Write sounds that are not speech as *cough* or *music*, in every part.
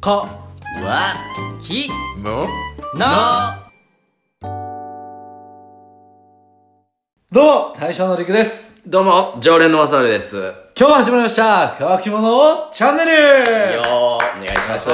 かわきもなどうも大将のりくですどうも常連のマサールですよ今日も始まりました乾き物チャンネルーお願いします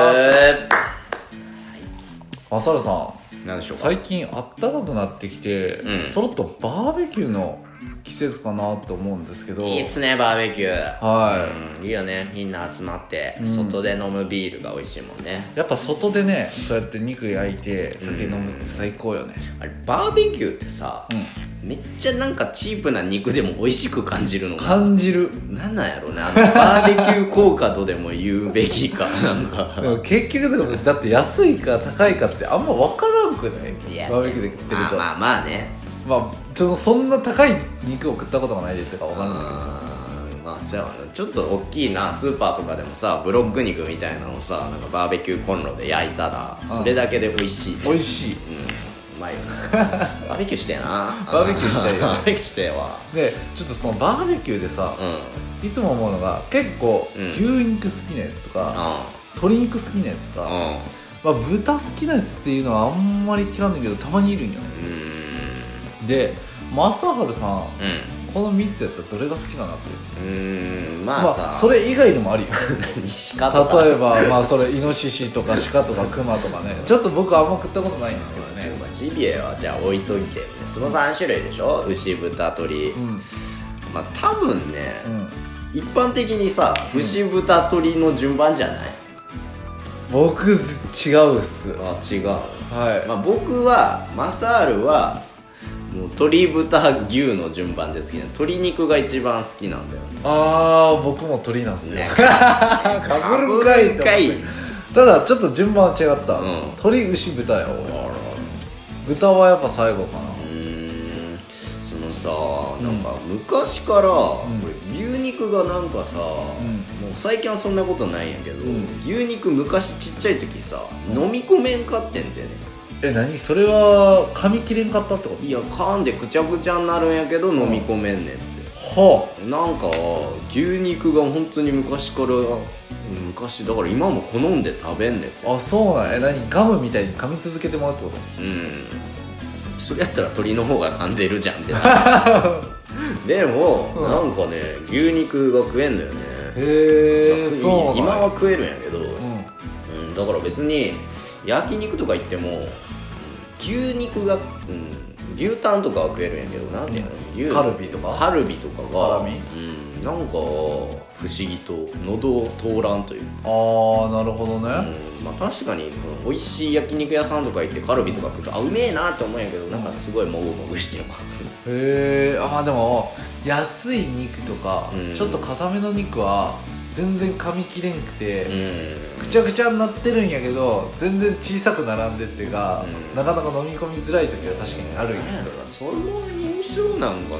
おマサルさん何でしょうか最近あったかくなってきて、うんそろっとバーベキューの季節かなと思うんですけどいいっすねバーベキューはうんいいよねみんな集まってうん外で飲むビールが美味しいもんねいやっぱ外でねそうやって肉焼いて酒飲むって最高よねあれバーベキューってさうん、めっちゃなんかチープな肉でも美味しく感じるのが感じるなんなんやろうねあのバーベキュー効果とでも言うべきかなんかでも結局でもだって安いか高いかってあんま分からんくないいやバーベキューで食ってるとまあまあまあねまあちょっとそんな高い肉を食ったことがないでとか分からないけどさあーまあそうやわなちょっと大きいなスーパーとかでもさブロック肉みたいなのをさなんかバーベキューコンロで焼いたらそれだけで美味しい美味しいうんうまいよな *laughs* バーベキューしてえなバーベキューしたいよね *laughs* バーベキューしてえわでちょっとそのバーベキューでさうんいつも思うのが結構うん牛肉好きなやつとか、鶏肉好きなやつとか、うんまあ、豚好きなやつっていうのはあんまり聞かんねんけどたまにいるんようんで正治さんうんこの3つやったらどれが好きかなってうんうんままああさ、それ以外でも *laughs* あるよ何しかとか例えばまあそれイノシシとかシカとかクマとかねちょっと僕あんま食ったことないんですけどねまあジビエはじゃあ置いといてその3種類でしょ牛豚鳥、うんまあ多分ね、うん一般的にさ牛豚鳥の順番じゃない、僕違うっすあ違う、はい、まあ、僕はマサールはもう鶏豚牛の順番で好きな鶏肉が一番好きなんだよねあー僕も鳥なんですよ、ねかぶるんかいって思っかいてただちょっと順番は違った、うん鳥牛豚や俺豚はやっぱ最後かなうーんそのさなんか昔から、んこれ牛肉がなんかさ、んもう最近はそんなことないんやけど、うん牛肉昔ちっちゃい時さ飲み込めんかってんだよねえ何それは噛み切れんかったってこいや噛んでくちゃくちゃになるんやけど飲み込めんねんって、とはなんか牛肉が本当に昔から昔だから今も好んで食べんねんってああそうなんえ何ガムみたいに噛み続けてもらうってこうんそれやったら鳥の方が噛んでるじゃんってな *laughs* でも、うんなんかね牛肉が食えんのよねとへえまあそうなん今やは食えるんやけど、うんうん、だから別に焼肉とか行ってもうん牛肉が、うん、牛タンとかは食えるんやけどなんていうの、牛カルビとかカルビとかがハラミうん、なんか不思議と喉を通らんというか、あーなるほどうね、んまあ、確かにうん美味しい焼肉屋さんとか行ってカルビとか食うとあうめえなって思うんやけどなんかすごいもぐもぐしてるわへえあまあでも安い肉とか、うんちょっと固めの肉は全然噛み切れんくて、うんくちゃくちゃになってるんやけど全然小さく並んでっていうか、うんなかなか飲み込みづらい時は確かにあるんやなんやけろなその印象なんかな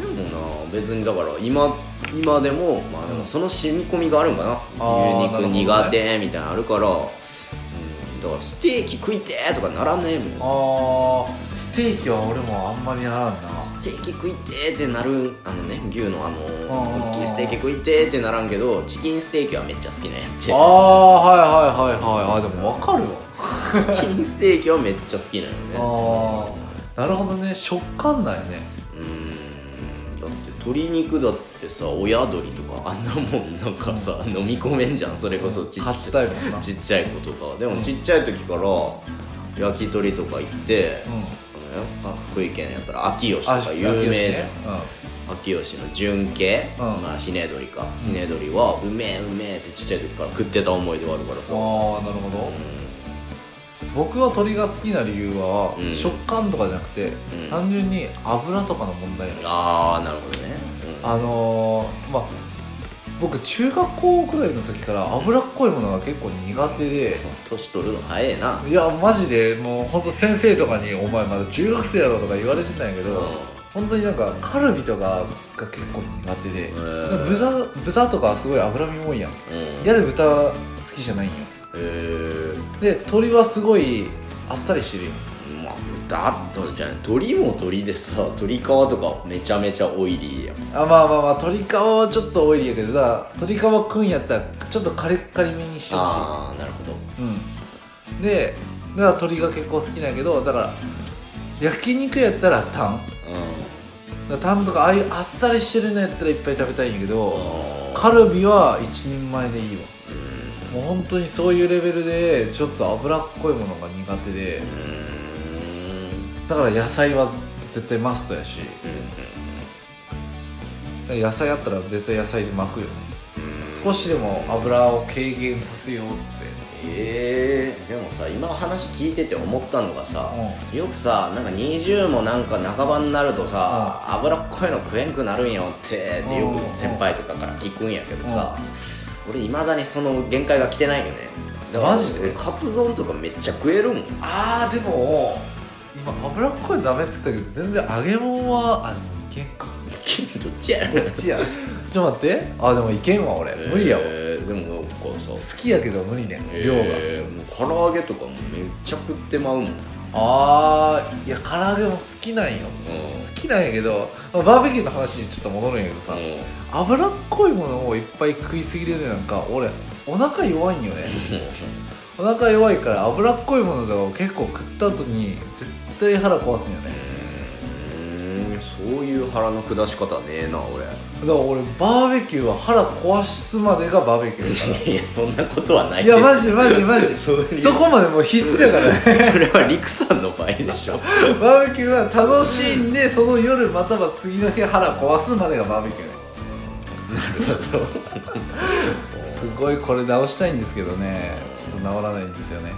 でもな別にだから今今でもまあでもその染み込みがあるんかあーななるほ牛ど肉ね苦手みたいなのあるから、うん、だからステーキ食いてーとかならねえどもんあーステーキは俺もあんまりやらんなステーキ食いてーってなるあのね牛のあのあー大きいステーキ食いてーってならんけどチキンステーキはめっちゃ好きなんやってああはいはいはいはいあでも分かるわチキンステーキはめっちゃ好きなんよねああなるほどね食感ないねうんだって鶏肉だってさ親鳥とかあんなもんなんかさ、飲み込めんじゃんそれこそちっ買っちたゃいいもんなちっちゃい子とかでもちっちゃい時から焼き鳥とか行って、うんあのね福井県やったら秋吉とか有名じゃんあ秋吉の純系、うんまあひね鳥かうんひね鳥はうめえうめえってちっちゃい時から食ってた思い出があるからあさ、ーなるほどう僕は鶏が好きな理由は、うん食感とかじゃなくて、ん単純に油とかの問題やねん、ああなるほどね、うん、あのー、まあ僕中学校くらいの時から脂っこいものが結構苦手で年取るの早えないやマジでもう本当先生とかに「お前まだ中学生やろ」とか言われてたんやけうんど本当になんかカルビとかが結構苦手でー豚豚とかすごい脂身多いやんうん嫌で豚好きじゃないんよえーで鶏はすごいあっさりしてるやんまあだっじゃない鳥も鳥でさ鳥皮とかめちゃめちゃオイリーやんあまあまあまあ鳥皮はちょっとオイリーやけどだから鳥皮くんやったらちょっとカリッカリめにしてほしいああなるほどうん、でだから鶏が結構好きなんやけどだから焼肉やったらタンだかうらタンとかああいうあっさりしてるのやったらいっぱい食べたいんやけどんカルビは一人前でいいわうんもう本当にそういうレベルでちょっと脂っこいものが苦手でうーんだから野菜は絶対マストやしだから野菜あったら絶対野菜で巻くよね少しでも油を軽減させようってえー、でもさ今話聞いてて思ったのがさ、うよくさなんか20もなんか半ばになるとさ、脂っこいの食えんくなるんよってってようんうんうんく先輩とかから聞くんやけどさ、俺いまだにその限界が来てないよねだからマジで俺カツ丼とかめっちゃ食えるもんあーでも今脂っこいのダメっつったけど全然揚げ物はあでもいけんかどっちやど *laughs* っちやちょっと待ってあでもいけんわ俺無理やわ、えーでもなんかさ好きやけど無理ね量が、えーもう唐揚げとかもめっちゃ食ってまうもん、うん、あーいや唐揚げも好きなんよ好きなんやけど、まあバーベキューの話にちょっと戻るんやけどさ、うん脂っこいものをいっぱい食いすぎるなんか俺お腹弱いんよ *laughs* ねお腹弱いから脂っこいものとかを結構食った後に絶対腹壊すんよねうーんそういう腹の下し方ねえな俺だから俺バーベキューは腹壊すまでがバーベキューだかいやそんなことはならいいですやマジマジマジそそういうこまでもう必須やからねそれは陸さんの場合でしょバーベキューは楽しんでその夜または次の日腹壊すまでがバーベキューねすごいこれ直したいんですけどねちょっと直らないんですよね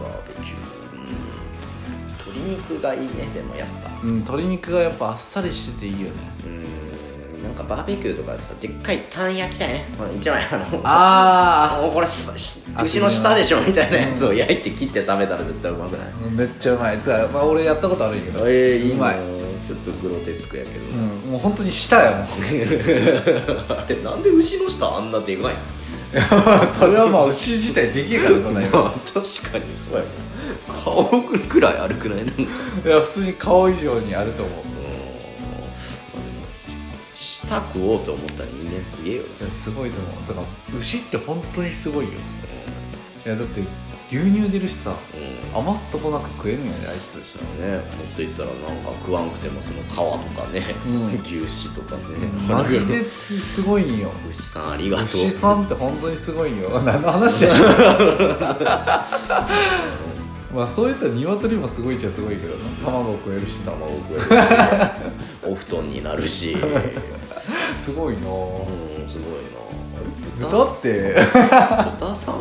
バーベキューうん鶏肉がいいねでもやっぱうん鶏肉がやっぱあっさりしてていいよねうんなんかバーベキューとかでさでっかいタン焼きたいねこの一枚あのあもうこれししあ牛の舌でしょみたいなやつを焼いて切って食べたら絶対うまくないあめっちゃうまいつは、まあ、俺やったことあるんやけどえいいなちょっとグロテスクやけうんど、もう本当に舌やもん *laughs* あれなんで牛の舌あんなでかい *laughs* それはまあ牛自体できえからこんの、ないまあ、 *laughs* 確かにそうやな顔くらいあるくらいなんかうんまいや普通に顔以上にあると思うあでも舌食おうと思ったら人間すげえよないやすごいと思うだから牛って本当にすごいよいやだって牛乳出るしさうん、うん余すとこなく食えるんやであいつそうね、もっと言ったらなんか食わんくてもその皮とかね、うん牛脂とかね、マジですすごいんよ牛さんありがとう牛さんって本当にすごいんよ *laughs* 何の話やねんまあそういったら鶏もすごいっちゃすごいけどな卵食えるしな卵食えるしお布団にな *laughs* るしすごいなぁうんすごいな豚って豚さん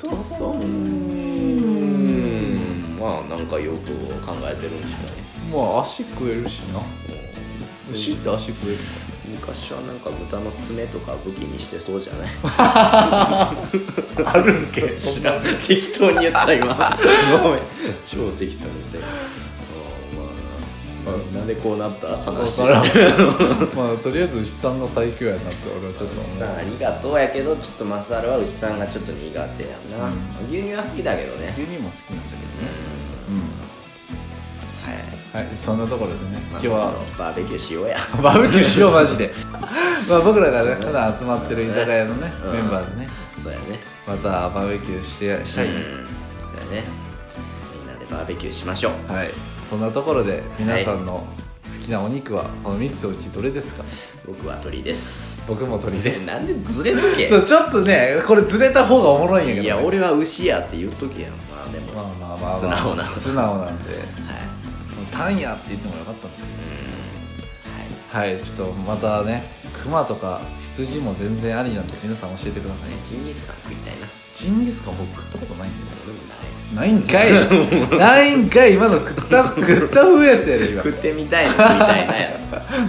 豚さんんまあなんか用途を考えてるんじゃないまあ足食えるしなうん牛って足食える昔はなんか豚の爪とか武器にしてそうじゃないあるんけ知らん *laughs* 適当に言った今ごめん超適当に言ったようんまあななんでこうなった話わからん *laughs* まあとりあえず牛さんが最強やなって俺はちょっと牛さん思うありがとうやけどちょっとマサルは牛さんがちょっと苦手やな、牛乳は好きだけどね牛乳も好きなんだけどうんうんはいはいそんなところでね今日はバーベキューしようやバーベキューしようマジで *laughs* まあ僕らがね普段集まってる居酒屋のね、うんメンバーでねそうやねまたバーベキューしてしたいね、うんそうやねみんなでバーベキューしましょうはいそんなところで皆さんの好きなお肉はこの3つのうちどれですか僕は鳥です僕も鳥ですなんでずれとけそうちょっとねこれずれた方がおもろいんやけど、ね、いや俺は牛やって言うとけやんまあでもまあまはあまあ、まあ、素直な素直なんでいもうタンやって言ってもよかったんですけどうんははいちょっとまたね熊とか羊も全然ありなんで皆さん教えてくださいいねジンギスカン食いたいなジンギスカン僕食ったことないんですよそれもないないん *laughs* かいないんかい今の食った食ったふうやったやで今食ってみたいな食いたいなや ろ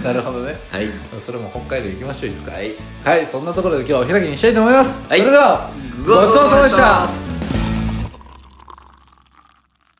*laughs* なるほどねはいそれも北海道行きましょういつかはいはいそんなところで今日はお開きにしたいと思います、はいそれではごちそうさまでした